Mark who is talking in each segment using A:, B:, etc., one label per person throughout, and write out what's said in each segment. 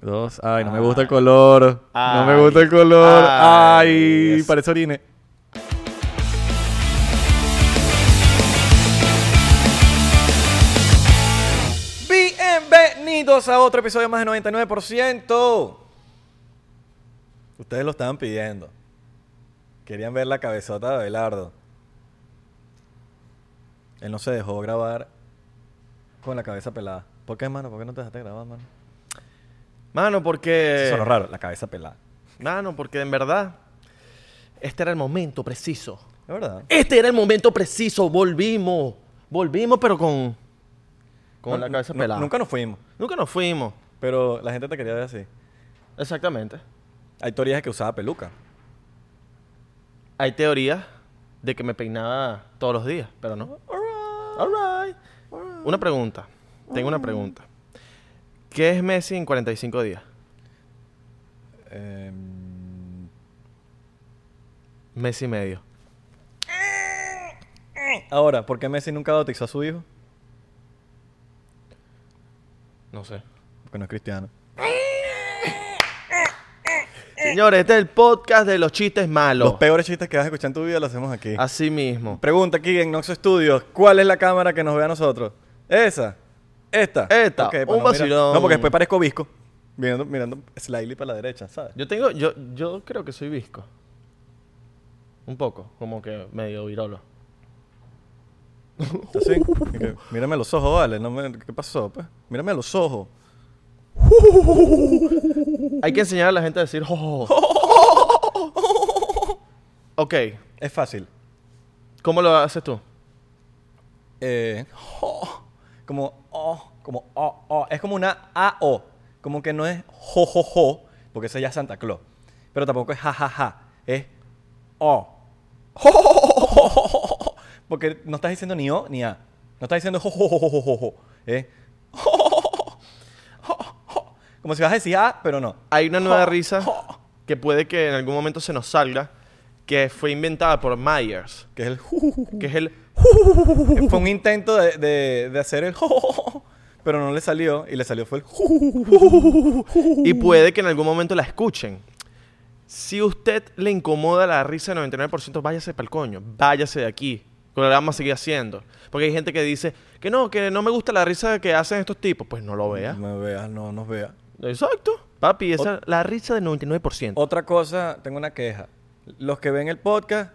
A: Dos. Ay, no me gusta el color. no me
B: Ay.
A: gusta el color. Ay,
B: Ay, es-
A: parece orine. Bienvenidos a otro episodio más de 99%. Ustedes lo estaban pidiendo. Querían ver la cabezota de Abelardo. Él no se dejó grabar con la cabeza pelada. ¿Por qué, mano? ¿Por qué no te dejaste grabar, mano?
B: Mano, porque.
A: Eso es lo raro, la cabeza pelada.
B: Mano, porque en verdad. Este era el momento preciso.
A: Es verdad.
B: Este era el momento preciso. Volvimos. Volvimos, pero con. Con
A: No-
B: la cabeza
A: nu-
B: pelada.
A: Nunca nos fuimos,
B: Nunca nos fuimos.
A: pero la gente te quería ver así.
B: Exactamente.
A: Hay teorías de que usaba peluca.
B: Hay teorías de que me peinaba todos los días, pero no. Alright. Una pregunta. Tengo una pregunta. ¿Qué es Messi en 45 días?
A: Em,
B: Messi y medio.
A: ahora, ¿por qué Messi nunca bautizó a su hijo?
B: No sé.
A: Porque no es cristiano.
B: Señores, este es el podcast de los chistes malos.
A: Los peores chistes que vas a escuchar en tu vida los hacemos aquí.
B: Así mismo.
A: Pregunta aquí en Noxo Studios, ¿cuál es la cámara que nos ve a nosotros? ¿Esa? ¿Esta?
B: Esta,
A: Ok, pues
B: un
A: no, mira-
B: vacilón.
A: no, porque después parezco visco, mirando, mirando slightly para la derecha, ¿sabes?
B: Yo tengo, yo, yo creo que soy visco. Un poco, como que medio virolo.
A: Así. y que, Mírame a los ojos, vale. no me- ¿Qué pasó? Pues? Mírame a los ojos.
B: Hay que enseñar a la gente a decir "Oh, "Jo, jo, jo". oh". Ok,
A: Es fácil.
B: ¿cómo lo haces tú?
A: eh, jo, como oh, como oh, oh. Es como una AO. Como que no es jo, jo, jo, porque eso ya es Santa Claus. Pero tampoco es ja, ja, ja. Es oh. Jo, jo, jo, jo, jo, jo, jo, jo. Porque no estás diciendo ni o ni a. No estás diciendo jo, jo, jo, jo, jo, jo, jo. Es jo, jo, jo, jo, jo, jo, jo. Como si vas a decir ah, pero no.
B: Hay una nueva
A: Jo,
B: risa
A: jo,
B: que puede que en algún momento se nos salga, que fue inventada por Myers,
A: Que es el ju, ju, ju, ju.
B: que es el
A: Fue un intento de, de- de hacer el jo, jo, jo, jo, pero no le salió. Y le salió fue el ju, ju, ju, ju, ju, ju, ju, ju.
B: y puede que en algún momento la escuchen. Si usted le incomoda la risa del 99%, váyase para el coño, váyase de aquí. Que lo vamos a seguir haciendo. Porque hay gente que dice que no, que no me gusta la risa que hacen estos tipos. Pues no lo vea.
A: No me veas, no nos veas.
B: Exacto. Papi, esa es la risa del 99%.
A: Otra cosa, tengo una queja. Los que ven el podcast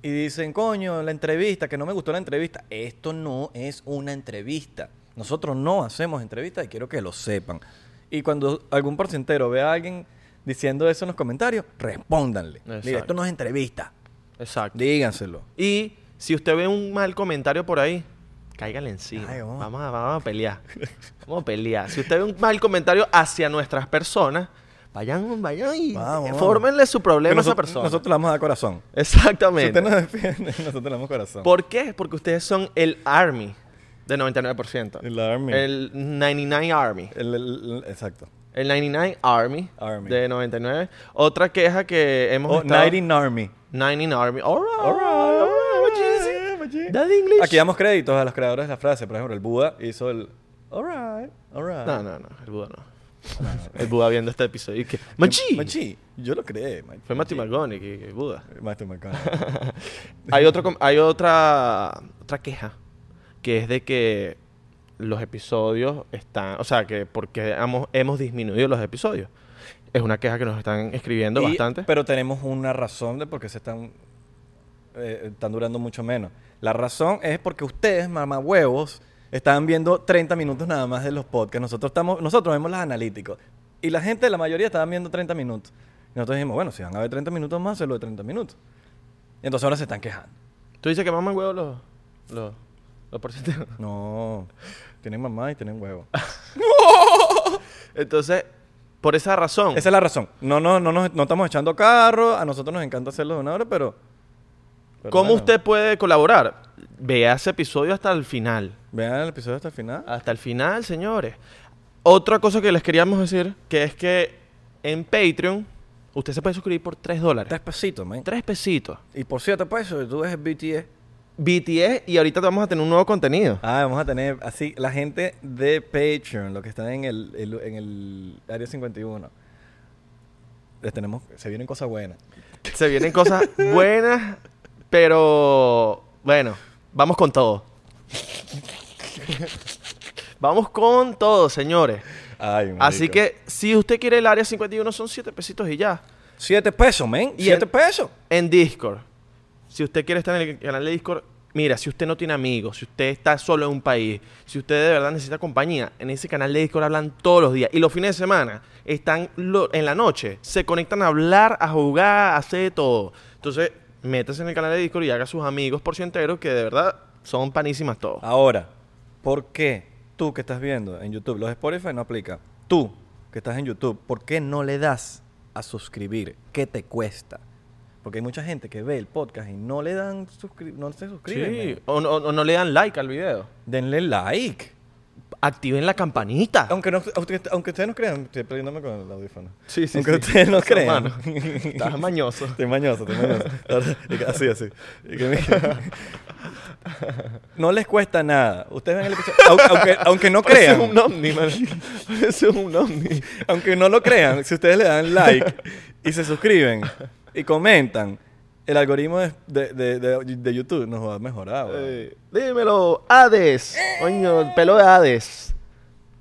A: y dicen, coño, la entrevista, que no me gustó la entrevista. Esto no es una entrevista. Nosotros no hacemos entrevistas y quiero que lo sepan. Y cuando algún porcentero ve a alguien diciendo eso en los comentarios, respóndanle. Diga,
B: Exacto.
A: esto no es entrevista.
B: Exacto.
A: Díganselo.
B: Y si usted ve un mal comentario por ahí, cáigale encima.
A: Ay, vamos.
B: vamos. a, vamos a pelear. Vamos a pelear. Si usted ve un mal comentario hacia nuestras personas, vayan, vayan y
A: Vamos, vamos.
B: fórmenle su problema
A: Pero
B: a esa
A: nosotros-
B: persona.
A: Nosotros le vamos a dar corazón. Si
B: Exactamente.
A: usted nos defiende, nosotros le damos corazón.
B: ¿Por qué? Porque ustedes son el Army de 99%.
A: El Army.
B: El 99 Army.
A: El- el- el- exacto.
B: El 99 Army,
A: Army.
B: de 99. Otra queja que hemos
A: O
B: estado-
A: 19 Oh, Army.
B: 99 Army. All right,
A: All right, all right, what you say, what you-
B: That English.
A: Aquí damos créditos a los creadores de la frase. Por ejemplo, el Buda hizo el. Alright, alright.
B: No, no, no. El Buda no. el Buda viendo este episodio y que... ¡Machi!
A: Machi. Yo lo creé. ma-
B: Fue Matthew
A: machi.
B: McGonagall que que Buda.
A: Matthew McConaughey.
B: hay otro com- hay otra otra queja que es de que los episodios están o sea que porque hemos, hemos disminuido los episodios es una queja que nos están escribiendo
A: Y-
B: bastante
A: Pero tenemos una razón de por qué se están. eh, están durando mucho menos. La razón es porque ustedes, mamahuevos, estaban viendo 30 minutos nada más de los podcasts. Nosotros estamos, nosotros vemos las analíticos. Y la gente, la mayoría, estaban viendo 30 minutos. Y nosotros dijimos, bueno, si van a ver 30 minutos más, se lo de 30 minutos. Y entonces ahora se están quejando.
B: tú dices que maman huevo los los los porcentajes.
A: No, tienen mamá y tienen huevo.
B: entonces por esa razón
A: Esa es la razón. No, no, no, nos- no estamos echando carro. A nosotros nos encanta hacerlo de una hora, pero. pero
B: cómo
A: bueno,
B: usted puede colaborar vea ese episodio hasta el final
A: Vean el episodio hasta el final.
B: Hasta el final, señores. Otra cosa que les queríamos decir, que es que en Patreon, usted se puede suscribir por 3 dólares.
A: Tres pesitos, man.
B: 3 pesitos.
A: pues, Y por siete pesos, tú ves el BTS.
B: BTS y ahorita vamos a tener un nuevo contenido.
A: Ah, vamos a tener así la gente de Patreon, los que están en el, el- en el área 51. Les tenemos, se vienen cosas buenas.
B: Se vienen cosas buenas, pero bueno, vamos con todo. Vamos con todo, señores.
A: Ay, marico.
B: Así que si usted quiere el área 51 son 7 pesitos y ya.
A: Siete pesos, men.
B: Y
A: Siete
B: el-
A: pesos.
B: En Discord. Si usted quiere estar en el canal de Discord, mira, si usted no tiene amigos, si usted está solo en un país, si usted de verdad necesita compañía, en ese canal de Discord hablan todos los días. Y los fines de semana están lo- en la noche, se conectan a hablar, a jugar, a hacer de todo. Entonces, métase en el canal de Discord y haga sus amigos por si enteros que de verdad son panísimas todos.
A: Ahora, ¿por qué tú que estás viendo en YouTube, los de Spotify no aplica? Tú que estás en YouTube, ¿por qué no le das a suscribir? ¿Qué te cuesta? Porque hay mucha gente que ve el podcast y no le dan suscri- no se suscriben.
B: Sí,
A: men.
B: o no, o no le dan like al video.
A: Denle like.
B: Activen la campanita.
A: Aunque, no, aunque, aunque ustedes no crean, estoy perdiéndome con el audífono.
B: Sí, sí,
A: Aunque
B: sí.
A: ustedes no
B: No,
A: crean.
B: mano. Estás mañoso.
A: Estoy mañoso, estoy mañoso. Ahora, y que- Así, así. Y que mira. No les cuesta nada. Ustedes ven el episodio. au- Aunque, aunque no
B: Parece
A: crean.
B: un ovni, man. Parece un ovni.
A: Aunque no lo crean, si ustedes le dan like y se suscriben y comentan, el algoritmo de, de- de- de- de YouTube nos va a mejorar. weón.
B: Eh, dímelo, Hades. Coño, el pelo de Hades.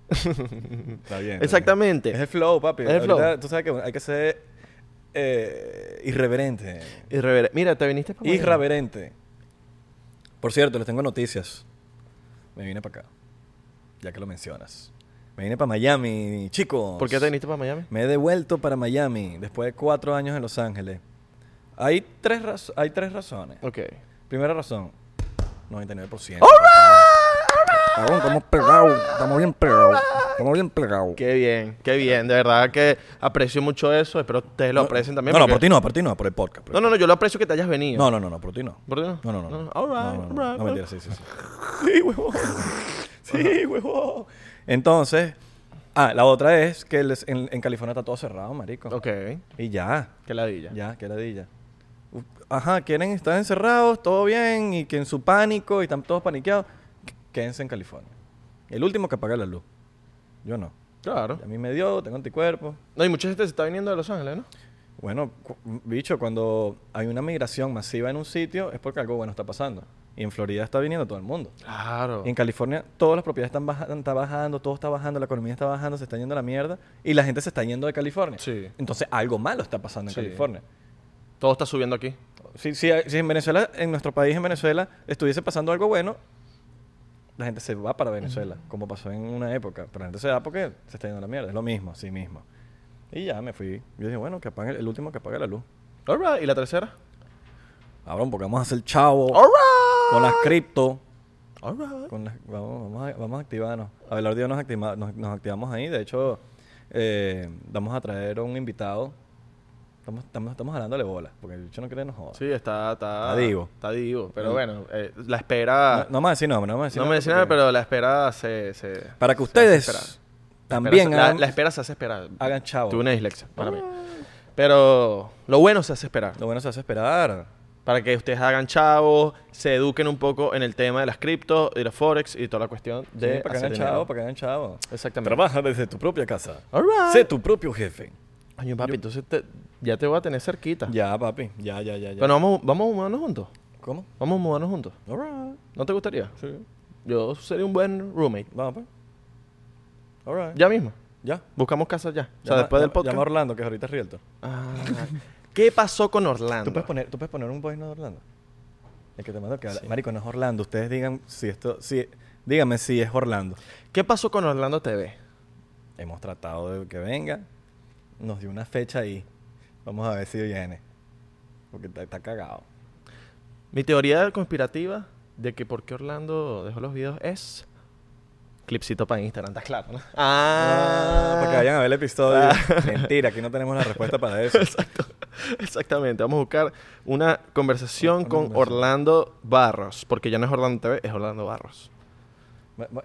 A: Está bien, está bien.
B: Exactamente.
A: Es el flow, papi.
B: Es el flow.
A: Ahorita Tú sabes que hay que ser eh, irreverente.
B: Irrever- Mira, te viniste para
A: Irreverente. Por cierto, les tengo noticias. Me vine para acá. Ya que lo mencionas. Me vine para Miami, chicos.
B: ¿Por qué te viniste para Miami?
A: Me he devuelto para Miami después de cuatro años en Los Ángeles. Hay tres, raz- hay tres razones.
B: Ok.
A: Primera razón, 99%. Cabrón, estamos pegados, estamos bien pegados, estamos bien pegados.
B: Qué bien, qué bien. De verdad que aprecio mucho eso. Espero ustedes lo aprecien también.
A: No, no,
B: porque-
A: por ti no, por ti no, por el podcast. por
B: No,
A: el-
B: no, no, yo lo aprecio que te hayas venido.
A: no, no, no, no, por ti no.
B: ¿Por qué no?
A: No, no, no.
B: All right,
A: No, no, no,
B: all
A: no,
B: right.
A: mentira, sí, sí, sí. Sí, huevón. Sí, huevón. Entonces, ah, la otra es que les- en, en California está todo cerrado, marico.
B: Ok.
A: Y ya.
B: Qué ladilla.
A: Ya, qué ladilla. U- Ajá, quieren estar encerrados, todo bien, y que en su pánico, y están todos paniqueados, qu- quédense en California. El último que apaga la luz. Yo no.
B: Claro.
A: A mí me dio, tengo anticuerpos.
B: No, y mucha gente se está viniendo de Los Ángeles, ¿no?
A: Bueno, cu- bicho, cuando hay una migración masiva en un sitio es porque algo bueno está pasando. Y en Florida está viniendo todo el mundo.
B: Claro.
A: Y en California todas las propiedades están bajando, está bajando, todo está bajando, la economía está bajando, se está yendo a la mierda y la gente se está yendo de California.
B: Sí.
A: Entonces algo malo está pasando en
B: Sí.
A: California.
B: Todo está subiendo aquí.
A: Si, si- si en Venezuela, en nuestro país, en Venezuela, estuviese pasando algo bueno, la gente se va para Venezuela, como pasó en una época. Pero la gente se va porque se está yendo a la mierda. Es lo mismo, así mismo. Y ya me fui. Yo dije, bueno, que apague el último que apague la luz.
B: All right. ¿Y la tercera?
A: Cabrón, porque vamos a hacer chavo
B: All right.
A: Oh. con las cripto.
B: All right.
A: Con las- vamos, vamos, a, vamos a activarnos. A Abelardo y yo nos, actima- nos, nos activamos ahí. De hecho, eh, vamos a traer a un invitado. Estamos, estamos, estamos jalándole bola, porque el bicho no quiere que nos joda.
B: Sí, está, está.
A: Está divo.
B: Está divo. Pero
A: Mm.
B: bueno, eh, la espera.
A: No, no más decir nombre, no más decir
B: no me
A: nombre
B: decían nada,
A: porque-
B: pero la espera se. se
A: Para que
B: se hace
A: ustedes
B: esperar.
A: también
B: Espera- la,
A: hagan,
B: la espera se hace esperar.
A: hagan chavo. Ah.
B: Tuve una dislexia para mí. Pero lo bueno se hace esperar.
A: Lo bueno se hace esperar.
B: Para que ustedes hagan chavos, se eduquen un poco en el tema de las cripto, de los forex y toda la cuestión de.
A: Sí, para que
B: hacer
A: hagan
B: dinero.
A: chavo, para que hagan chavo.
B: Exactamente.
A: Trabaja desde tu propia casa.
B: All right.
A: Sé tu propio jefe.
B: Coño, papi, entonces te- ya te voy a tener cerquita.
A: Ya, papi. Ya, ya, ya, ya.
B: Pero vamos, vamos a mudarnos juntos.
A: ¿Cómo?
B: Vamos a mudarnos juntos.
A: All right.
B: ¿No te gustaría?
A: Sí.
B: Yo sería un buen roommate.
A: Vamos, pues. All right.
B: Ya mismo.
A: Ya.
B: Buscamos casa ya. O sea,
A: Llama-
B: después del
A: llama-
B: podcast.
A: Llama a Orlando, que ahorita es Rielto.
B: Ah, ¿Qué pasó con Orlando?
A: ¿Tú puedes, poner, ¿Tú puedes poner un voice note de Orlando? El que te mando que habla. Marico, no es Orlando. Ustedes digan si esto... Si, díganme si es Orlando.
B: ¿Qué pasó con Orlando TV?
A: Hemos tratado de que venga. Nos dio una fecha ahí. Vamos a ver si viene. Porque está, está cagado.
B: Mi teoría conspirativa de que por qué Orlando dejó los videos es clipsito para Instagram, está claro, ¿no?
A: Ah, para que vayan a ver el episodio.
B: Ah.
A: Mentira, aquí no tenemos la respuesta para eso.
B: Exacto. Exactamente, vamos a buscar una conversación
A: Una
B: con
A: conversación.
B: Orlando Barros, porque ya no es Orlando TV, es Orlando Barros.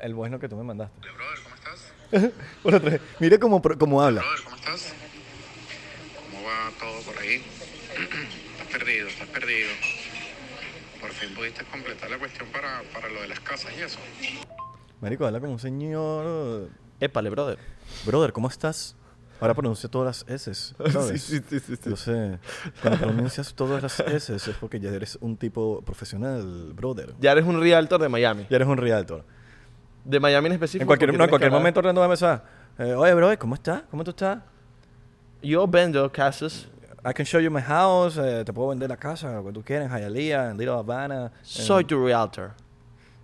A: El bueno que tú me mandaste. Uno, tres. Mira cómo, pro- cómo habla.
C: Brother, ¿cómo estás? ¿Cómo va todo por ahí? estás perdido, estás perdido. por fin pudiste completar la cuestión para, para lo de las casas y eso.
A: Marico, habla como un señor.
B: Épale, brother.
A: Brother, ¿cómo estás? Ahora pronuncio todas las S. ¿sabes?
B: Sí, sí, sí, sí, sí.
A: Yo sé. Cuando pronuncias todas las S es porque ya eres un tipo profesional, brother.
B: Ya eres un realtor de Miami.
A: Ya eres un realtor.
B: De Miami en específico.
A: En cualquier,
B: porque
A: no, en cualquier
B: tienes que hablar-
A: momento Orlando va a empezar. eh, Oye, brother, ¿cómo estás? ¿Cómo tú estás?
B: Yo vendo casas.
A: I can show you my house. eh, te puedo vender la casa, lo que tú quieras, en Hialeah, en Little Havana. en-
B: Soy tu realtor.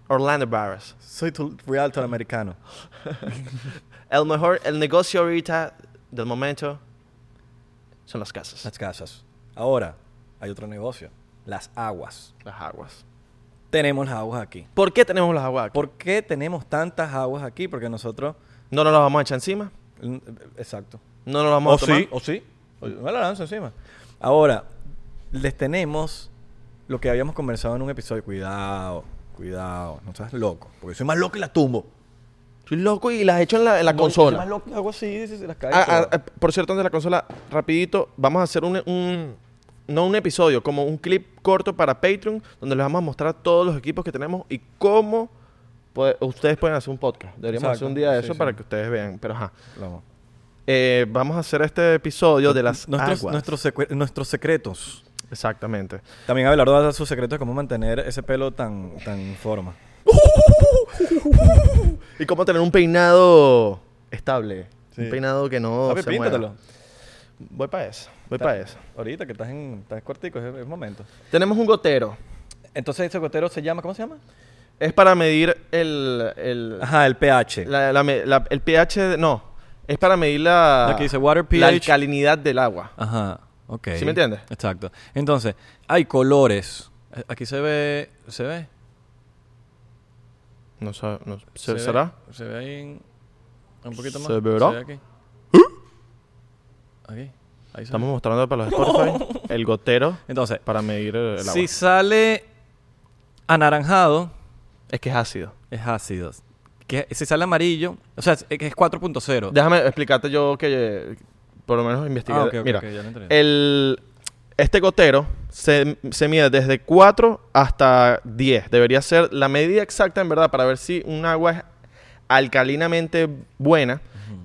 B: Orlando Barras.
A: Soy tu realtor americano.
B: El mejor, el negocio ahorita del momento son las casas.
A: Las casas. Ahora, hay otro negocio. Las aguas.
B: Las aguas.
A: Tenemos las aguas aquí.
B: ¿Por qué tenemos las aguas?
A: ¿Por qué tenemos tantas aguas aquí? Porque nosotros...
B: ¿No nos las vamos a echar encima?
A: mm, Exacto.
B: ¿No nos las vamos a tomar?
A: o Oh, sí. O- Me la lanzo encima. Ahora, les tenemos lo que habíamos conversado en un episodio. Cuidado, cuidado. No seas loco. Porque soy más loco y la tumbo.
B: Soy loco y las echo en la, en la
A: Soy más
B: consola.
A: loco y hago así, sí, sí, las caigo.
B: Ah, ah, ah, por cierto, antes de la consola, rapidito, vamos a hacer un, un- No un episodio, como un clip corto para Patreon, donde les vamos a mostrar todos los equipos que tenemos y cómo puede- ustedes pueden hacer un podcast. Deberíamos
A: Exacto.
B: hacer un día de
A: Sí,
B: eso
A: sí.
B: para que ustedes vean. Pero ajá.
A: Vamos.
B: Eh, vamos a hacer este episodio de las
A: nuestros,
B: aguas.
A: nuestros, secue- nuestros secretos.
B: Exactamente.
A: También Abelardo da sus secretos de cómo mantener ese pelo tan, tan en forma.
B: Y cómo tener un peinado estable.
A: Sí.
B: Un peinado que no
A: Oh, Papi,
B: se mueva.
A: píntatelo.
B: Voy para eso. Voy para eso.
A: Ahorita que estás en estás cortico, es el momento.
B: Tenemos un gotero.
A: Entonces ese gotero se llama, ¿cómo se llama?
B: Es para medir el... el
A: Ajá, el pH.
B: La- la me- la- el pH, de- no, es para medir la,
A: La que dice water pH.
B: la alcalinidad del agua.
A: Ajá, ok.
B: ¿Sí me entiendes?
A: Exacto. Entonces, hay colores. Eh, Aquí se ve, ¿se ve?
B: No, sa- no- ¿se-
A: ve-
B: ¿Será?
A: se ve ahí en- un poquito más.
B: ¿Se verá?
A: aquí. Aquí. Ahí se
B: Estamos
A: ve.
B: mostrando para los Spotify el gotero
A: Entonces,
B: para medir el, el
A: si
B: agua.
A: sale anaranjado,
B: Es que es ácido.
A: es ácido. Que, si sale amarillo, o sea, es, que es 4.0.
B: Déjame explicarte yo que eh, por lo menos investigué.
A: Ah, ok, ok,
B: Mira,
A: ok, ya lo entendí.
B: el, este gotero se, se mide desde 4 hasta 10. Debería ser la medida exacta, en verdad, para ver si un agua es alcalinamente buena.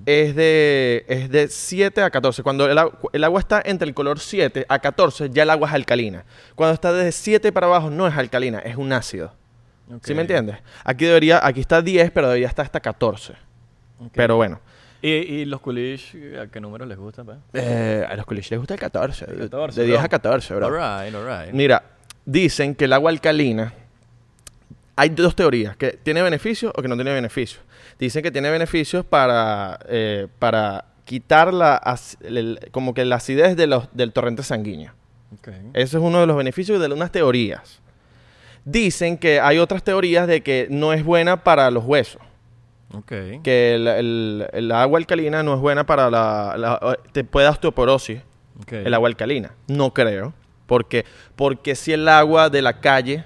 B: es, de, es de 7 a 14. Cuando el, agu- el agua está entre el color 7 a 14, ya el agua es alcalina. Cuando está desde 7 para abajo, no es alcalina, es un ácido.
A: Ok.
B: ¿Sí me entiendes? Aquí debería, aquí está 10, pero debería estar hasta 14.
A: Ok.
B: Pero bueno.
A: ¿Y, y los culish, ¿a qué número les gusta? pues? pa?
B: Eh, a los colegios les gusta el 14. de-
A: 14,
B: de 10
A: bro.
B: a 14, bro.
A: Alright, alright.
B: Mira, dicen que el agua alcalina. Hay dos teorías, que tiene beneficios o que no tiene beneficios. Dicen que tiene beneficios para, eh, para quitar la, ac- el- como que la acidez de los, del torrente sanguíneo.
A: Ok.
B: Ese es uno de los beneficios de unas teorías. Dicen que hay otras teorías de que no es buena para los huesos.
A: Ok.
B: Que el, el- el agua alcalina no es buena para la... la- te puede dar osteoporosis
A: ok.
B: el agua alcalina. No creo. Porque, porque si el agua de la calle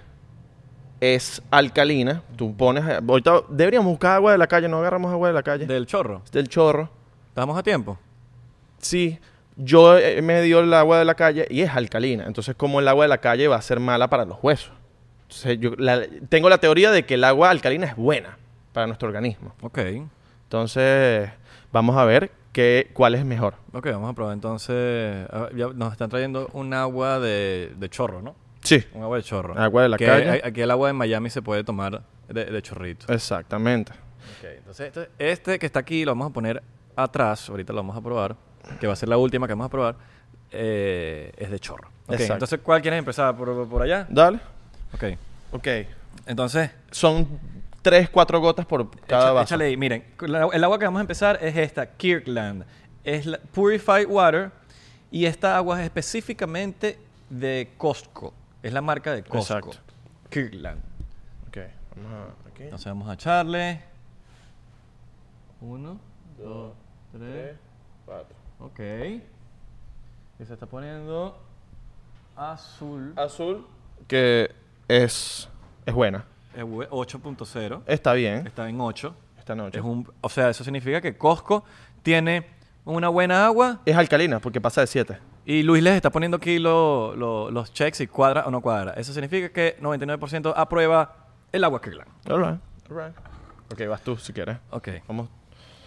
B: es alcalina, tú pones. Ahorita deberíamos buscar agua de la calle, no agarramos agua de la calle.
A: Del chorro.
B: Del chorro.
A: ¿Estamos a tiempo?
B: Sí, yo eh, me dio el agua de la calle y es alcalina. Entonces, como el agua de la calle va a ser mala para los huesos. Entonces, yo la- tengo la teoría de que el agua alcalina es buena para nuestro organismo.
A: Ok.
B: Entonces, vamos a ver qué, cuál es mejor.
A: Ok, vamos a probar entonces. a ver, ya nos están trayendo un agua de, de chorro, ¿no?
B: Sí,
A: Un agua de chorro.
B: Agua de la
A: Que
B: calle.
A: hay- Aquí el agua de Miami se puede tomar de, de chorrito.
B: exactamente.
A: Ok, entonces este, este que está aquí lo vamos a poner atrás. Ahorita lo vamos a probar. Que va a ser la última que vamos a probar. eh, es de chorro. Ok,
B: Exacto.
A: entonces ¿cuál quieres empezar? ¿Por, por allá?
B: Dale.
A: Ok.
B: Ok.
A: Entonces.
B: son 3, 4 gotas por cada
A: Echa-
B: vaso.
A: Échale ahí, miren. la- El agua que vamos a empezar es esta, Kirkland. Es la Purified Water. Y esta agua es específicamente de Costco. Es la marca de Costco.
B: Exacto.
A: Kirkland.
B: Ok, vamos a- aquí.
A: Entonces vamos a echarle. Uno, dos, tres.
B: Tres, cuatro.
A: Ok. Y se está poniendo azul.
B: Azul, que es, es buena.
A: Eh, we- 8.0.
B: Está bien
A: Está en 8.
B: esta noche.
A: Es
B: Es,
A: un, o sea, eso significa que Costco tiene una buena agua
B: alcalina porque pasa de 7.
A: Y Luis les está poniendo aquí lo- lo- los checks y cuadra o no cuadra. Eso significa que 99% aprueba el agua que clan.
B: All right, all right. Ok, vas tú si quieres.
A: Ok.
B: Vamos.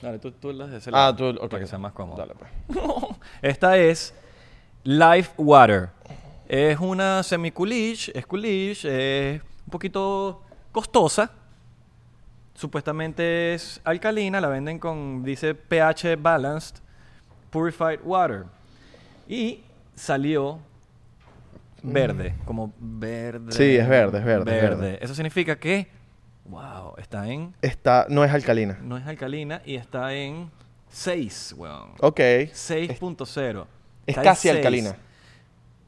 A: Dale, tú, tú las de ese
B: Ah,
A: lado,
B: tú, ok.
A: Para que sea más cómodo.
B: Dale, pues.
A: Esta es Life Water. Es una semiculiche, es culiche, es un poquito costosa. Supuestamente es alcalina, la venden con, dice pH Balanced Purified Water. Y salió verde, como verde.
B: Mm. Sí, es verde, es verde, es verde.
A: Eso significa que, wow, está en,
B: Está, no es alcalina.
A: no es alcalina y está en 6, weón.
B: Ok.
A: 6.0.
B: Oh, Es
A: Está en
B: casi
A: 6,
B: alcalina.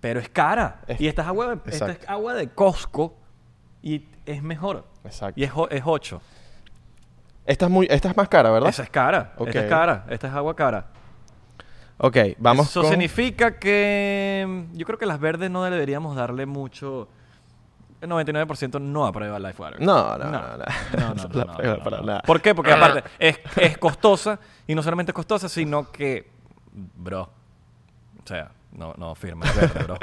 A: Pero es cara.
B: Es-
A: y esta es, agua de, esta es
B: Exacto.
A: agua de Costco y es mejor.
B: Exacto.
A: Y es, jo- es 8.
B: Esta es, muy, esta es más cara, ¿verdad?
A: Esa es cara.
B: Ok.
A: Esta es cara. Esta es agua cara.
B: Ok, vamos
A: Eso
B: con...
A: significa que mm, yo creo que las verdes no deberíamos darle mucho. El 99% no aprueba Life Water.
B: No, no, no, no.
A: No, no, no,
B: No la
A: no,
B: aprueba
A: no,
B: para
A: no.
B: nada.
A: ¿Por qué? Porque aparte es, es costosa y no solamente es costosa, sino que, bro, o sea, no, no firma es verde, bro.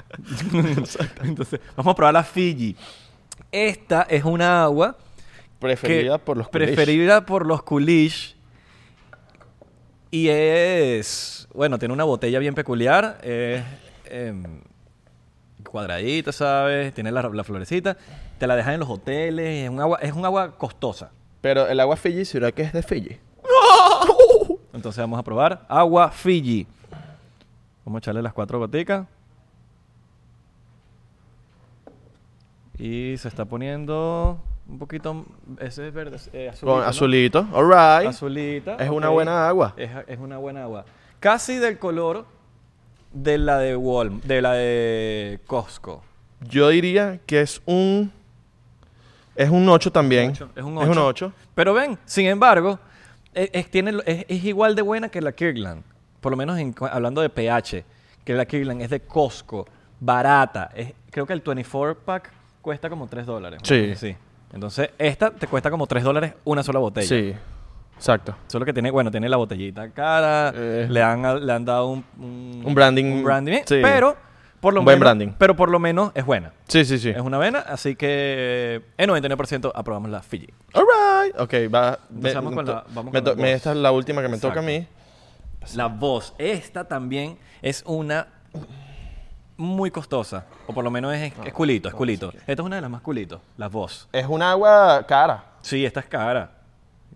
A: Entonces, vamos a probar la Fiji. Esta es una agua que-
B: Preferida por los Kulish.
A: preferida por los Kulish y es, bueno, tiene una botella bien peculiar, es em, cuadradita, ¿sabes? Tiene la, la florecita, te la dejan en los hoteles, es un agua, es un agua costosa.
B: Pero el agua Fiji, ¿será que es de Fiji?
A: Entonces vamos a probar agua Fiji. Vamos a echarle las cuatro goticas. Y se está poniendo un poquito. Ese es verde. eh, azulito,
B: Con
A: ¿no?
B: azulito. All right.
A: Azulita.
B: Es una
A: ok.
B: buena agua.
A: Es, es una buena agua. Casi del color de la de Walmart. De la de Costco.
B: Yo diría que es un... Es un 8 también.
A: Ocho, Es un
B: Es
A: 8.
B: un 8.
A: Pero ven, sin embargo, es, es- tiene, lo- es, es igual de buena que la Kirkland. Por lo menos en cu- hablando de pH, que la Kirkland es de Costco, barata. Es, creo que el 24-pack cuesta como 3 dólares. ¿no?
B: Sí.
A: Entonces, esta te cuesta como 3 dólares una sola botella.
B: Sí. Exacto.
A: Solo que tiene, bueno, tiene la botellita cara,
B: Eh.
A: le, han, le han dado un... Un,
B: Un branding,
A: un branding,
B: sí.
A: pero... Por lo
B: Buen
A: menos,
B: branding.
A: Pero por lo menos es buena.
B: Sí, sí, sí.
A: Es una vena, así que en 99% aprobamos la Fiji.
B: All right. Ok, va.
A: Empezamos con la-
B: to-
A: vamos
B: me
A: con la
B: to- me-
A: voz.
B: esta es la última que me toca a mí.
A: Exacto. La voz. Esta también es una muy costosa. O por lo menos es,
B: Ah,
A: es culito, es culito. Esta es una de las más culitos, la voz.
B: Es un agua cara.
A: Sí, esta es cara.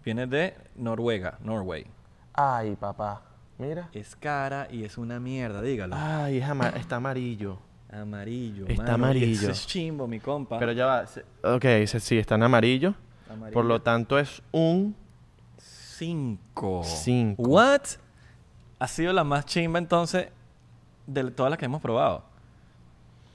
A: Viene de Noruega, Norway.
B: Ay, papá. Mira.
A: Es cara y es una mierda, dígalo.
B: Ay, es ama- está amarillo.
A: Amarillo.
B: Ah. Está
A: mano,
B: amarillo.
A: Ese es chimbo, mi compa.
B: Pero ya va. se- Ok, se- sí, está en amarillo.
A: Amarillo.
B: Por lo tanto, es un.
A: Cinco.
B: Cinco.
A: What? Ha sido la más chimba entonces de todas las que hemos probado.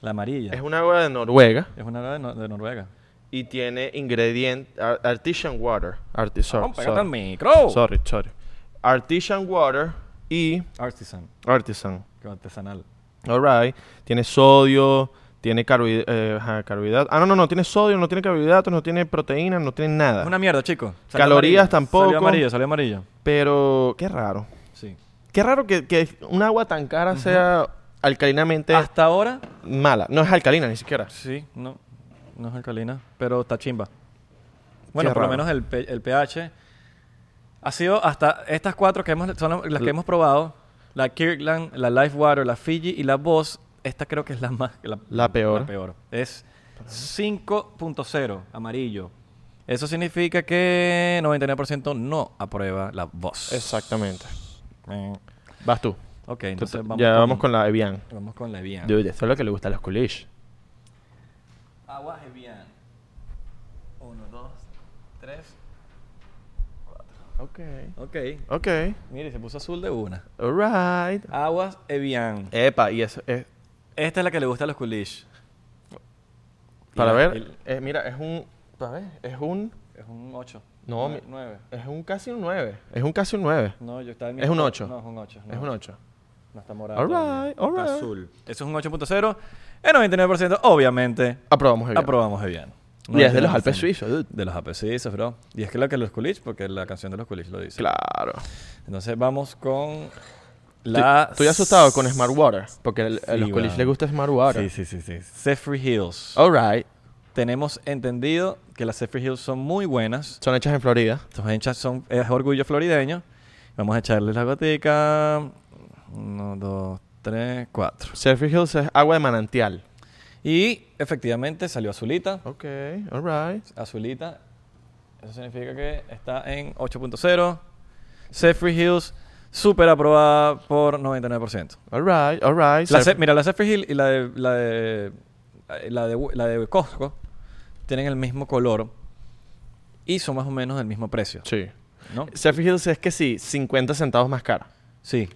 A: La amarilla.
B: Es un agua de Noruega
A: Es una hora de, Nor- de Noruega.
B: y tiene ingrediente. ar- artisan water. Arti- sor-
A: Vamos, pégate al
B: sorry,
A: micro.
B: sorry, sorry. Oh. Artisan water y
A: Artisan,
B: artisan.
A: que artesanal.
B: Alright. Tiene sodio, tiene carbohid- eh, ajá, carbohidratos. Ah, no, no, no. Tiene sodio, no tiene carbohidratos, no tiene proteínas, no tiene nada.
A: Es una mierda, chico.
B: Calorías
A: amarillo.
B: tampoco.
A: Salió amarillo, salió amarillo.
B: Pero qué raro.
A: Sí.
B: Qué raro que, que un agua tan cara sea alcalinamente
A: Hasta ahora,
B: mala. No es alcalina ni siquiera.
A: sí, no. No es alcalina, pero está chimba. Bueno,
B: Qué
A: por lo
B: raro.
A: menos el, P- el pH ha sido hasta estas cuatro que hemos, son las que hemos probado: la Kirkland, la Life Water, la Fiji y la Boss. Esta creo que es la más. La,
B: La peor.
A: La peor. Es 5.0 amarillo. Eso significa que 99% no aprueba la Boss.
B: Exactamente.
A: Eh,
B: Vas tú.
A: Ok, entonces
B: Tú-
A: vamos,
B: ya
A: con,
B: vamos con la Evian.
A: vamos con la Evian.
B: Dude, eso es lo que le gusta a los coolish.
A: Agua Evian. Uno, dos, tres.
B: Ok.
A: Ok.
B: Ok.
A: Mire, se puso azul de una.
B: Alright.
A: Aguas Evian.
B: Epa, y eso es.
A: Esta es la que le gusta a los coolish.
B: Para
A: Y la-
B: ver.
A: y-
B: eh, mira, es un. Para ver. Es un.
A: Es un 8.
B: No, mi-
A: 9.
B: Es un casi un 9. Es un casi un 9.
A: No, yo estaba en mi
B: Es un
A: top.
B: ocho.
A: No, es un 8.
B: Es un 8.
A: No está morado.
B: All
A: todavía.
B: right, all
A: Está
B: right.
A: azul. Eso es un 8.0. El 99%, obviamente,
B: Aprobamos Evian.
A: aprobamos Evian.
B: Y es de los
A: 99%.
B: Alpes suizos, dude.
A: De los Alpes suizos, bro. Y es que la que los coolish, porque la canción de los coolish lo dice.
B: Claro.
A: Entonces vamos con La
B: Estoy, estoy asustado con Smart Water, porque el- a
A: Sí,
B: los college
A: weón.
B: les gusta Smart Water.
A: Sí, sí, sí, sí. Seffrey Hills.
B: All right.
A: Tenemos entendido que las Seffrey Hills son muy buenas.
B: Son hechas en Florida.
A: Estos hinchas son es orgullo florideño. Vamos a echarle la gotica. Uno, dos, tres, cuatro.
B: Selfie Hills es agua de manantial.
A: Y efectivamente salió azulita.
B: Ok, all right.
A: Azulita. Eso significa que está en 8.0. Seffrey Hills, súper aprobada por 99%.
B: All right, all right.
A: La
B: Self-
A: Ce- mira, la Seffrey Hill y la de, la de la de la de Costco tienen el mismo color y son más o menos del mismo precio,
B: Sí.
A: ¿no?
B: Selfie Hills es que sí, 50 centavos más cara.
A: Sí,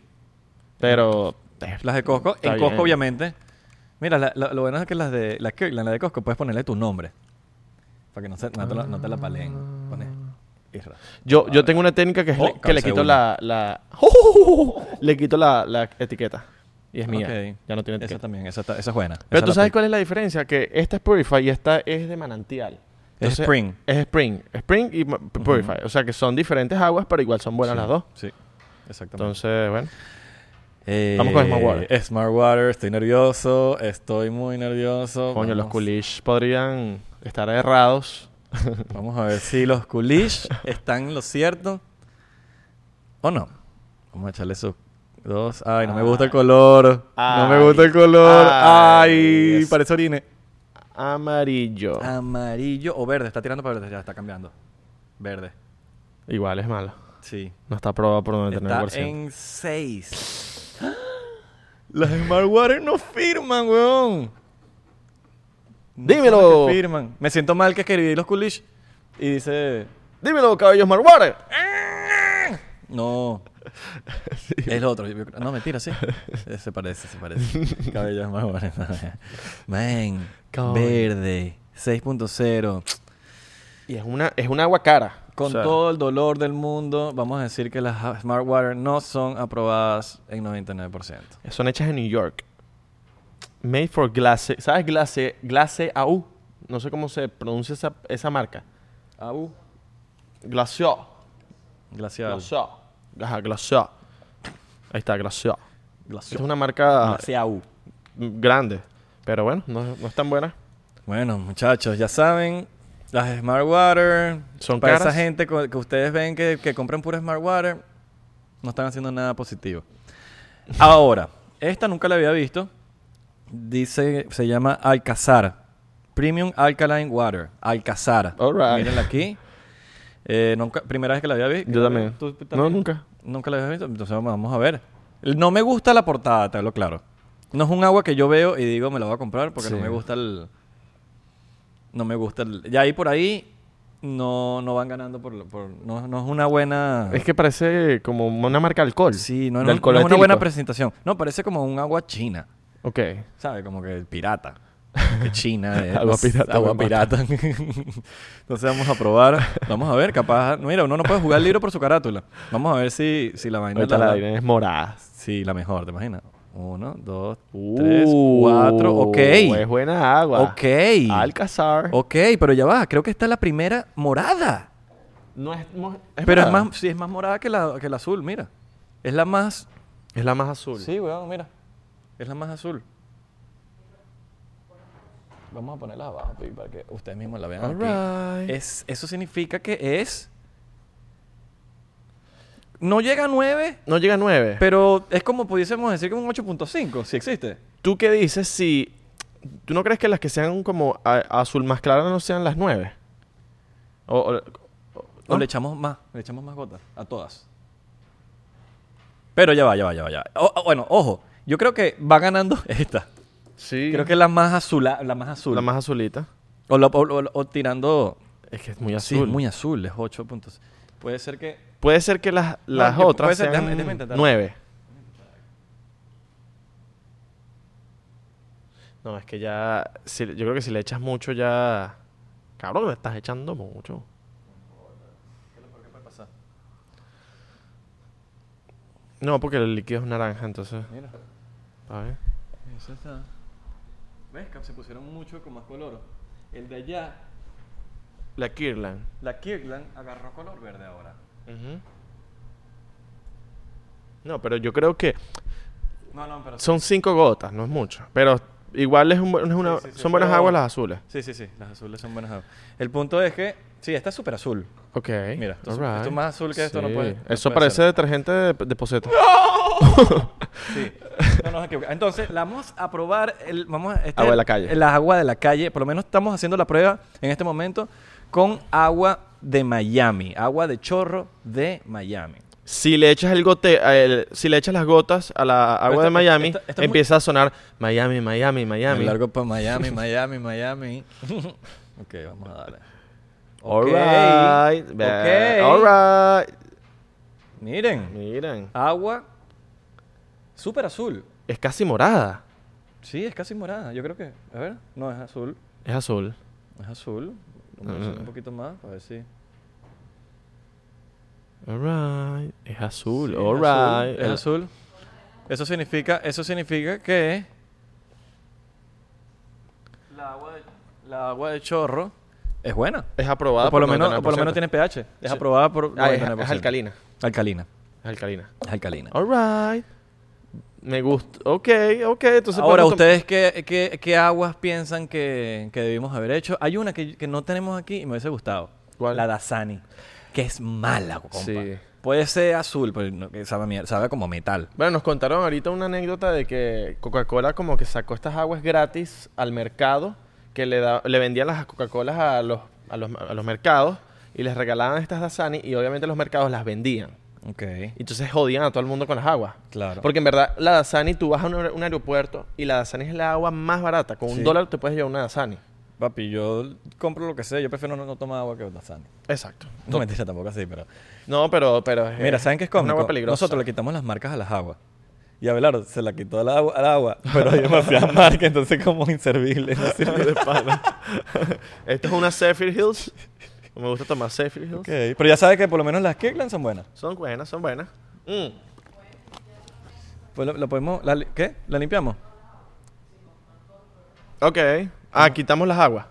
B: Pero.
A: las de Costco.
B: Está
A: en Costco,
B: bien.
A: obviamente. Mira, la- la- lo bueno es que las de la Kirkland, la de Costco, puedes ponerle tu nombre. Para que no, se- no te, la, no te la paleen.
B: Ah.
A: Pones Isra.
B: Yo, yo tengo una técnica que es
A: Oh,
B: le- que le
A: calcé
B: quito
A: una.
B: la, la-
A: ¡Oh!
B: Le quito la, la etiqueta. Y es mía.
A: Ok.
B: Ya no tiene
A: Esa
B: etiqueta.
A: también, esa, está- esa es buena.
B: Pero
A: Esa
B: tú
A: la
B: sabes
A: pico.
B: cuál es la diferencia, que esta es Purify y esta es de manantial.
A: Es Spring.
B: Es Spring. Spring y ma- Purify. O sea que son diferentes aguas, pero igual son buenas
A: Sí,
B: las dos.
A: Sí, exactamente.
B: Entonces, bueno.
A: Eh,
B: vamos con Smart Water.
A: Smart Water, estoy nervioso, estoy muy nervioso.
B: Coño, los
A: Vamos-
B: coolish podrían estar errados.
A: Vamos a ver si los coolish están en lo cierto o no. Vamos a echarle sus dos. Ay, no me gusta el color. no me
B: Ay.
A: gusta el color.
B: Ay,
A: Ah. Ay,
B: es-
A: parece orine.
B: Amarillo.
A: Ah. Amarillo o verde. Está tirando para verde. Ya está cambiando. Verde.
B: Igual es malo.
A: Sí.
B: No está aprobado por 99%.
A: Está en 6. Las Smart Water no firman, weón. No son
B: Dímelo.
A: las que firman. Me siento mal que escribí los coolish y dice.
B: Dímelo, cabellos Marwater.
A: No. El otro. yo creo- No, mentira, sí. Eh, Se parece, se parece. Cabello es más bueno. Man.
B: Coño.
A: Verde. 6.0.
B: Y es una, es una agua cara.
A: Con
B: O sea,
A: todo el dolor del mundo, vamos a decir que las Smart Water no son aprobadas en 99%.
B: Son hechas en New York. Made for Glace. ¿Sabes Glace? Glace AU. No sé cómo se pronuncia esa, esa marca.
A: Au.
B: Glacial.
A: Glacial.
B: Glacial. Ajá, Glacial. Ahí está, Glacial. Es
A: Glacial.
B: una marca
A: Glacial.
B: grande. Pero bueno, no, no es tan buena.
A: Bueno, muchachos, ya saben, las Smart Water
B: Son
A: para
B: caras.
A: esa gente co- que ustedes ven que, que compran pura Smart Water, no están haciendo nada positivo. Ahora, esta nunca la había visto. Dice, se llama Alcazar. Premium Alkaline Water. Alcazar.
B: All right.
A: Mírenla aquí. Eh, nunca- primera vez que la había visto.
B: Yo también.
A: ¿Tú
B: No, nunca.
A: Nunca la había visto. Entonces vamos a ver. No me gusta la portada, te hablo claro. No es un agua que yo veo y digo me la voy a comprar porque no
B: Sí.
A: me gusta el. No me gusta el. Ya ahí por ahí no, no van ganando por, lo- por- no, no es una buena.
B: Es que parece como una marca de alcohol.
A: Ah. sí, no,
B: De
A: no-
B: alcohol
A: no es una
B: etílico.
A: buena presentación. No, parece como un agua china.
B: Ok.
A: ¿Sabes? Como que pirata. Que China es.
B: Agua pirata
A: Agua
B: me
A: pirata. Entonces vamos a probar. Vamos a ver, capaz. Mira, uno no puede jugar el libro por su carátula. Vamos a ver si, si la vaina
B: Ahorita
A: la-
B: la vaina es morada.
A: Sí, la mejor, ¿te imaginas? Uno, dos, tres, cuatro.
B: Uh,
A: Ok.
B: Es buena agua.
A: Ok.
B: Alcazar.
A: Ok, pero ya va. Creo que esta es la primera morada.
B: No es, mo-
A: pero
B: morada.
A: es más, sí, es más morada que la, que la azul, mira. Es la más.
B: Es la más azul.
A: Sí, weón, mira. Es la más azul. Vamos a ponerla abajo, Pi, para que ustedes mismos la vean.
B: All
A: aquí.
B: right.
A: Es, eso significa que es. No llega a 9,
B: No llega a 9.
A: pero es como pudiésemos decir que un 8.5, si existe.
B: ¿Tú qué dices si... ¿Tú no crees que las que sean como a- azul más claras no sean las 9? O, o- o-
A: O
B: ¿no?
A: le echamos más, le echamos más gotas a todas. Pero ya va, ya va, ya va, ya va. O- o- bueno, ojo, yo creo que va ganando esta.
B: Sí.
A: Creo que la más azula, la más azul.
B: La más azulita.
A: o, la- o- o- o tirando.
B: Es que es muy
A: Sí, es
B: azul.
A: muy azul, es 8 puntos. Puede ser que.
B: Puede ser que las, las
A: que puede
B: otras
A: ser, déjame-
B: sean
A: déjame intentar.
B: 9. No, es que ya... si- yo creo que si le echas mucho ya... Cabrón, me estás echando mucho. No, porque el líquido es naranja, entonces...
A: Mira,
B: A ver.
A: eso está. ¿Ves? Se pusieron mucho con más color. El de allá,
B: La Kirlan.
A: la Kirkland, agarró color verde ahora.
B: No, pero yo creo que
A: No, no, pero sí.
B: son cinco gotas, no es mucho. Pero igual es un bu- es una,
A: Sí, sí, sí,
B: son buenas
A: pero-
B: aguas las azules.
A: Sí, sí, sí. Las azules son buenas aguas. El punto es que... Sí, esta es súper azul.
B: Ok.
A: Mira, esto es-
B: alright.
A: esto es más azul que esto, no puede- no
B: Eso
A: puede
B: parece
A: ser.
B: detergente de, de poseta.
A: Sí. No nos equivocamos. Entonces, la vamos a probar. El, vamos a, este-
B: Agua de la calle.
A: El agua de la calle. Por lo menos estamos haciendo la prueba en este momento con agua de Miami. Agua de chorro de Miami.
B: Si le echas el gote, a el- si le echas las gotas a la agua
A: esta-
B: de Miami,
A: esta- esta es muy-
B: empieza a sonar Miami, Miami, Miami.
A: Me largo para Miami, Miami, Miami. ok, vamos a darle.
B: All
A: Ok.
B: right.
A: Ok.
B: All right.
A: Miren.
B: Miren.
A: Agua súper azul.
B: Es casi morada.
A: Sí, es casi morada. Yo creo que... A ver. No, es azul.
B: Es azul.
A: Es azul. Vamos a hacer un poquito más para ver si...
B: All right. Es azul.
A: Sí,
B: All
A: es azul,
B: right.
A: es azul. Eso significa, eso significa que la agua de, la agua de chorro es buena.
B: Es
A: O
B: aprobada
A: por lo menos, o por lo
B: 99%.
A: menos tiene pH. Es
B: Sí.
A: aprobada por
B: Ah, es,
A: 99%.
B: es alcalina.
A: Alcalina.
B: Es alcalina.
A: Es alcalina.
B: All right. Me gusta. Ok, ok. Entonces
A: Ahora,
B: podemos tom-
A: ¿ustedes qué, qué- qué aguas piensan que, que debimos haber hecho? Hay una que, que no tenemos aquí y me hubiese gustado.
B: ¿Cuál?
A: La Dasani. Que es mala, compa.
B: Sí.
A: Puede ser azul, pero no- que sabe, a mier- sabe como metal.
B: Bueno, nos contaron ahorita una anécdota de que Coca-Cola como que sacó estas aguas gratis al mercado, que le, da- le vendían las Coca-Colas a los, a, los, a los mercados y les regalaban estas Dasani y obviamente los mercados las vendían.
A: Ok.
B: Y entonces jodían a todo el mundo con las aguas.
A: Claro.
B: Porque en verdad la Dasani, tú vas a un, aer- un aeropuerto y la Dasani es la agua más barata. Con
A: Sí.
B: un dólar te puedes llevar una Dasani.
A: Papi, yo compro lo que sea. Yo prefiero no, no tomar agua que Dasani.
B: Exacto.
A: No mentira, tampoco así, pero...
B: No, pero... pero es-
A: Mira, ¿saben qué es
B: Una
A: cómico?
B: agua peligrosa.
A: Nosotros le quitamos las marcas a las aguas. Y Abelardo se la quitó al agua, al agua pero hay demasiadas marcas, entonces como inservible. no sirve.
B: Esto es una Zephyr Hills. Me gusta tomar Zephyr Hills.
A: Ok, Pero ya sabes que por lo menos las Kirkland son buenas.
B: Son buenas, son buenas. Mm.
A: Pues lo, lo podemos... la li- ¿Qué? ¿La limpiamos?
B: Ok. Ah, quitamos las aguas.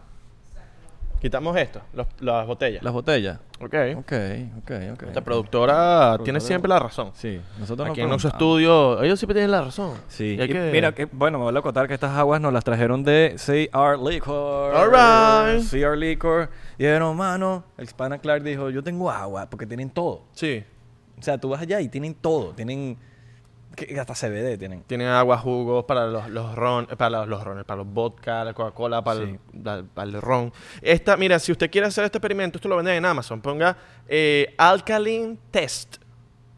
B: Quitamos esto, los- las botellas.
A: Las botellas.
B: Ok.
A: Ok, ok, ok.
B: Esta productora tiene siempre la razón.
A: Sí, nosotros
B: Aquí en
A: nuestro
B: nuestro estudio, ellos siempre tienen la razón.
A: ah. Sí.
B: Y hay
A: Y
B: que-
A: Mira, que, bueno, me voy a contar que estas aguas nos las trajeron de CR Liquor.
B: All right.
A: CR Liquor. Y dijeron, mano, el Hispana Clark dijo, yo tengo agua, porque tienen todo.
B: Sí.
A: O sea, tú vas allá y tienen todo. Tienen, que- hasta CBD tienen.
B: Tienen agua, jugos para los, los ron, eh, para los, los rones, para los vodka, la Coca-Cola, para, el-
A: Sí.
B: la- para el ron. Esta, mira, si usted quiere hacer este experimento, esto lo venden en Amazon. Ponga eh, Alkaline Test.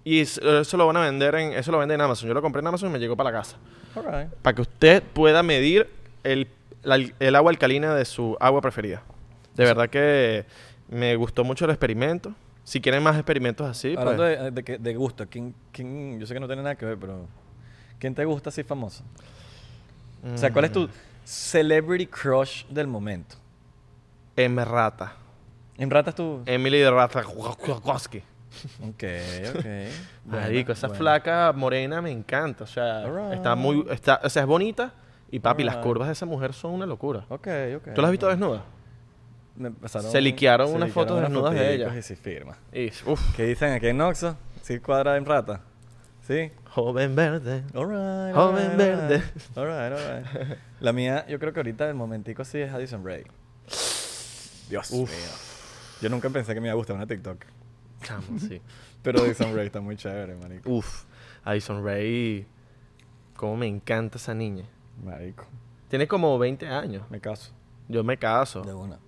B: Y es- eso lo van a vender en, eso lo venden en Amazon. Yo lo compré en Amazon y me llegó para la casa.
A: All right.
B: para que usted pueda medir el, la- el agua alcalina de su agua preferida. De verdad que me gustó mucho el experimento. Si quieren más experimentos así, pues,
A: Hablando de, de que- de gusto, ¿quién, quién- yo sé que no tiene nada que ver, pero ¿quién te gusta así famoso? O
B: mm,
A: sea, ¿cuál es tu celebrity crush del momento?
B: M. Rata.
A: En ratas tú.
B: Emily de Rata Kwiatkowski.
A: Ok, ok.
B: Marico, esa
A: flaca
B: flaca morena me encanta. O sea,
A: Alright.
B: está muy, está, o sea, es bonita. Y papi, las
A: Alright.
B: curvas de esa mujer son una locura.
A: Ok, ok.
B: ¿Tú la has visto desnuda?
A: Me pasaron-
B: Se liquearon unas fotos
A: unas
B: desnudas de
A: foticos
B: ella.
A: Y sí firma.
B: Y, uf,
A: ¿Qué dicen aquí en Oxxo? ¿Sí cuadra en rata? ¿Sí?
B: joven verde.
A: All right, all
B: Joven
A: right,
B: verde.
A: All right, all right. La mía, yo creo que ahorita el momentico sí es Addison Ray. Dios
B: Uf.
A: mío. Yo nunca pensé que me iba a gustar una TikTok.
B: Chamo, sí.
A: Pero Addison Ray está muy chévere, marico.
B: Uf, Addison Ray. Cómo me encanta esa niña.
A: Marico,
B: Tiene como 20 años.
A: me caso.
B: Yo me
A: De
B: caso.
A: una.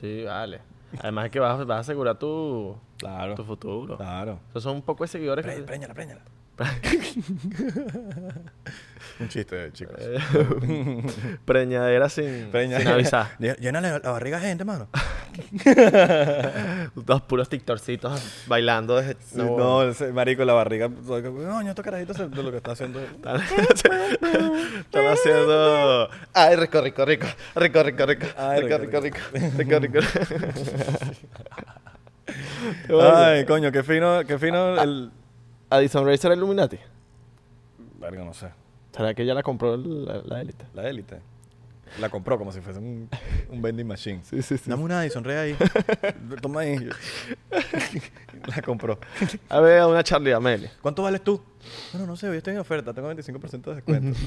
B: Sí, vale. Además es que vas, vas a asegurar tu,
A: Claro.
B: tu futuro.
A: Claro.
B: Esos son un poco de seguidores.
A: Ah. Pre-
B: que-
A: Préñala, préñala. Un chiste, chicos.
B: Preñadera sin, Eh, sin avisar.
A: Llena la, la barriga a gente, mano.
B: Dos puros tiktorcitos bailando desde...
A: Sí, no, ese marico, la barriga. Coño, estos carajitos se- de lo que está haciendo.
B: Están, están haciendo... Ay, rico, rico, rico. Rico, rico, rico.
A: Ay,
B: rico,
A: rico,
B: rico, rico. Rico, rico.
A: Ay, coño, qué fino, qué fino el.
B: Addison Ray será Illuminati.
A: Verga, no sé.
B: ¿Será que ya la compró la la élite?
A: La élite. La compró como si fuese un, un vending machine.
B: sí, sí.
A: Dame una y sonríe ahí. Toma ahí. La compró.
B: A ver, una Charlie Amelia.
A: ¿Cuánto vales tú? Bueno, no sé, hoy estoy en oferta, tengo 25% de descuento.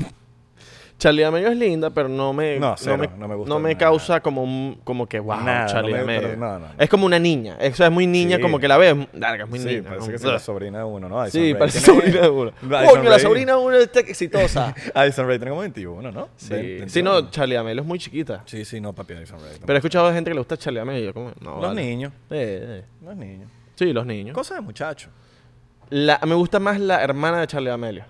B: Charlie Amelio es linda, pero no me,
A: No, cero,
B: me,
A: no me gusta
B: no me
A: nada.
B: causa como, un- como que, wow,
A: Nada, no
B: Charlie
A: me-
B: Amelio.
A: pero no, no, no.
B: Es como una niña. Eso es muy niña,
A: Sí.
B: como que la ves. Larga, es muy
A: Sí,
B: niña.
A: parece
B: como-
A: que es la sobrina de uno, ¿no? Addison
B: Sí,
A: Rae
B: parece
A: tiene-
B: sobrina de uno.
A: Addison
B: Coño, la
A: Rae-
B: sobrina de uno está exitosa.
A: Addison Rae tiene como 21, ¿no?
B: sí.
A: 20,
B: sí, no,
A: 21.
B: Charlie Amelio es muy chiquita.
A: Sí, sí, no, papi, Addison Rae.
B: Pero he escuchado de gente que le gusta Charlie Amelio. Yo como, no,
A: Los
B: vale.
A: niños,
B: Eh, eh.
A: los niños.
B: Sí, los niños.
A: Cosa de muchacho.
B: La- me gusta más la hermana de Charlie D'Amelio.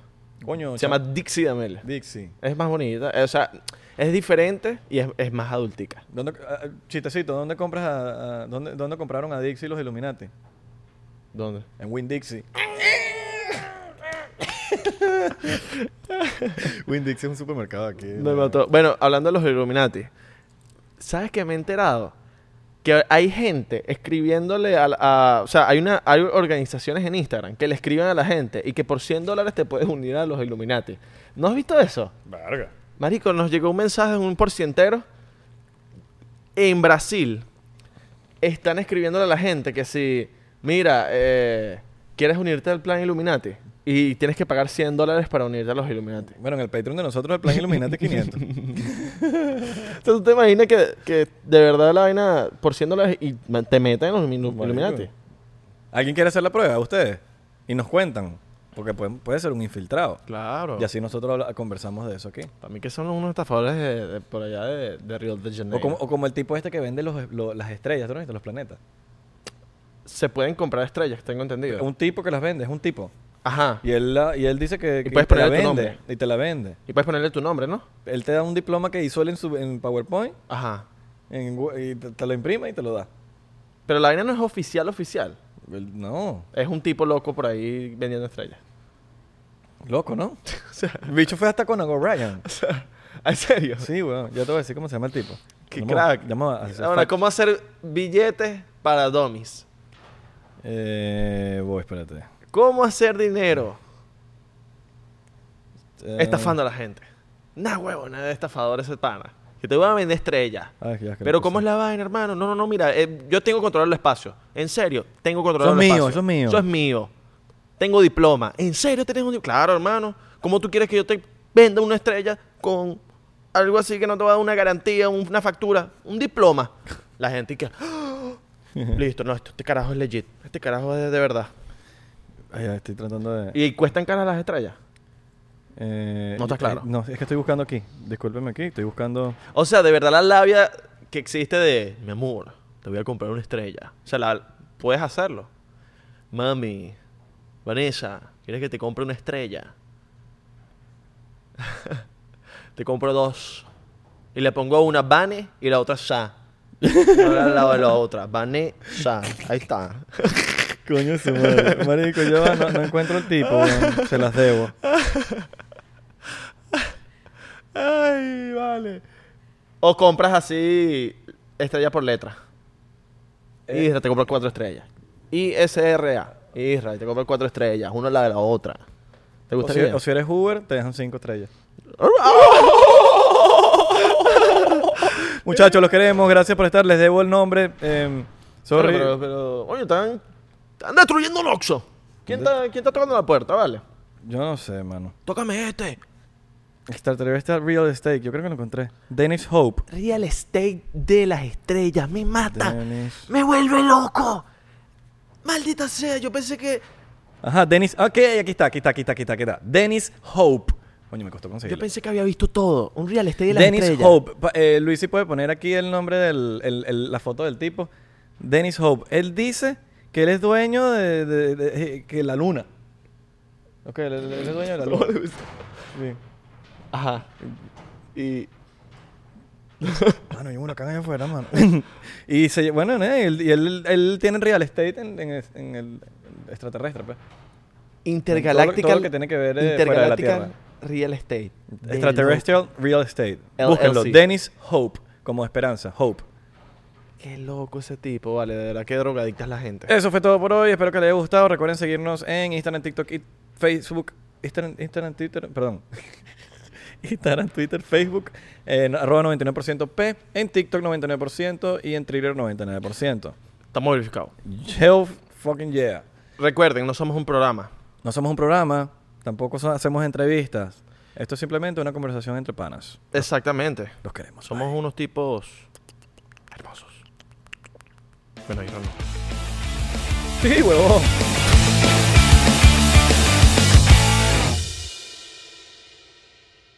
A: Coño,
B: Se llama Dixie D'Amelio.
A: Dixie.
B: Es más bonita. eh, O sea, es diferente y es, es más adultica.
A: ¿Dónde, ah, ah, chistecito, ¿dónde compras a, a- dónde, dónde compraron a Dixie los Illuminati?
B: ¿Dónde?
A: En Win Dixie. Win Dixie es un supermercado aquí.
B: Me mató. Bueno, hablando de los Illuminati. ¿Sabes qué me he enterado? Que hay gente escribiéndole a... la- a- o sea, hay, una, hay organizaciones en Instagram que le escriben a la gente y que por 100 dólares te puedes unir a los Illuminati. ¿No has visto eso?
A: Verga.
B: Marico, nos llegó un mensaje de un porcientero. En Brasil están escribiéndole a la gente que si, mira, eh, quieres unirte al plan Illuminati y tienes que pagar 100 dólares para unirte a los Illuminati.
A: Bueno, en el Patreon de nosotros el plan Illuminati 500.
B: Entonces, ¿tú te imaginas que, que de verdad la vaina por 100 dólares y ma- te meten en los Illu-
A: Marico.
B: Illuminati?
A: ¿Alguien quiere hacer la prueba? ¿Ustedes? Y nos cuentan. Porque pueden- puede, ser un infiltrado.
B: Claro.
A: Y así nosotros habla- conversamos de eso aquí.
B: Para mí que son unos estafadores de, de por allá de, de Rio de Janeiro.
A: O como, o como el tipo este que vende los, lo- las estrellas, ¿tú no has visto? Los planetas.
B: Se pueden comprar estrellas, tengo entendido.
A: Un tipo que las vende, es un tipo.
B: Ajá.
A: Y él, la- y él dice que, que
B: puedes
A: te la
B: ponerle tu
A: vende. Y te la vende.
B: Y puedes ponerle tu nombre, ¿no?
A: Él te da un diploma que hizo él en, su, en PowerPoint
B: Ajá.
A: en Wo- y te, te lo imprime y te lo da.
B: Pero la vaina no es oficial, oficial.
A: Él- no,
B: Es un tipo loco por ahí vendiendo estrellas.
A: loco, ¿no?
B: o sea,
A: El bicho fue hasta con O'Brien.
B: o sea, ¿en serio?
A: Sí, weón. Ya te voy a decir cómo se llama el tipo.
B: Qué
A: Vamos-
B: crack.
A: vamos a hacer
B: Ahora,
A: fact-
B: ¿cómo hacer billetes para dummies?
A: Eh, voy, espérate.
B: ¿Cómo hacer dinero
A: Eh,
B: estafando a la gente? Nah, huevo, nada de estafador ese pana. Que te voy a vender estrellas.
A: ah, ya, que
B: Pero
A: lo
B: ¿cómo es
A: puse.
B: la vaina, hermano? No, no, no, mira, eh, yo tengo controlado el espacio. En serio, tengo controlado
A: Eso
B: el
A: es mío,
B: espacio.
A: eso es mío.
B: Eso es mío. Tengo diploma. ¿En serio te tengo un diploma? Claro, hermano. ¿Cómo tú quieres que yo te venda una estrella con algo así que no te va a dar una garantía, un- una factura? Un diploma. La gente que... ¡Ah! Listo, no, esto- este carajo es legit. Este carajo es de verdad.
A: Ay, ay, estoy tratando de...
B: ¿Y cuestan caras las estrellas?
A: eh,
B: no está
A: eh,
B: claro.
A: no, es que estoy buscando aquí. Discúlpeme aquí. Estoy buscando...
B: O sea, de verdad la labia que existe de, mi amor, te voy a comprar una estrella. O sea, la, puedes hacerlo. Mami, Vanessa, ¿quieres que te compre una estrella? te compro dos. Y le pongo una Vane y la otra Sa. Una al lado de la otra. Vane, Sa. Ahí está.
A: Coño, su madre. Marico, yo no, no encuentro el tipo. weón. Se las debo.
B: Ay, vale. O compras así estrella por letra.
A: Eh.
B: Isra te compra cuatro estrellas. ISRA. Isra, y te compra cuatro estrellas, una al lado de la otra. ¿Te
A: O si,
B: gustaría?
A: o si eres Uber, te dejan cinco estrellas. Muchachos, los queremos. Gracias por estar. Les debo el nombre. em,
B: Pero,
A: sorry.
B: pero, pero, oye, están, están destruyendo el Oxxo. ¿Quién está, ¿Quién está tocando la puerta? Vale.
A: Yo no sé, mano.
B: Tócame este.
A: Star Trek está Real Estate. Yo creo que lo encontré. Dennis Hope.
B: Real Estate de las estrellas. Me mata.
A: Dennis.
B: Me vuelve loco. Maldita sea, yo pensé que...
A: Ajá, Dennis. Ok, aquí está, aquí está, aquí está, aquí está. Aquí está. Dennis Hope. Coño, me costó
B: Yo
A: conseguirlo.
B: pensé que había visto todo. Un Real Estate de las
A: Dennis
B: estrellas.
A: Hope. Pa- eh, Luis, si puede poner aquí el nombre del. el- el- la foto del tipo. Dennis Hope. Él dice que él es dueño de. de- de- eh, que la luna. Ok, él, él- él es dueño de la luna. Bien.
B: Ajá. Y...
A: Mano, hay uno acá allá afuera, mano. y se, lle- bueno, eh, él, y él, él tiene real estate en, en es- en el extraterrestre, pues. Todo lo-
B: Intergaláctica.
A: todo lo que tiene que ver, eh, fuera de la Tierra.
B: Real Estate. De
A: Extraterrestrial Real Estate.
B: LLC.
A: Búsquenlo. Dennis Hope, como esperanza. Hope.
B: loco. Qué loco ese tipo, vale. De verdad, qué drogadicta es la gente.
A: Eso fue todo por hoy. Espero que les haya gustado. Recuerden seguirnos en Instagram, TikTok y Facebook. Instagram, Instagram Twitter, perdón. Instagram, Twitter, Facebook, en arroba 99% P, en TikTok 99% y en Twitter 99%.
B: Estamos verificados.
A: Health fucking yeah.
B: Recuerden, no somos un programa.
A: No somos un programa, tampoco so- hacemos entrevistas. Esto es simplemente una conversación entre panas.
B: Exactamente.
A: Los queremos.
B: Somos unos tipos hermosos. Bueno, yo no.
A: Sí, huevón.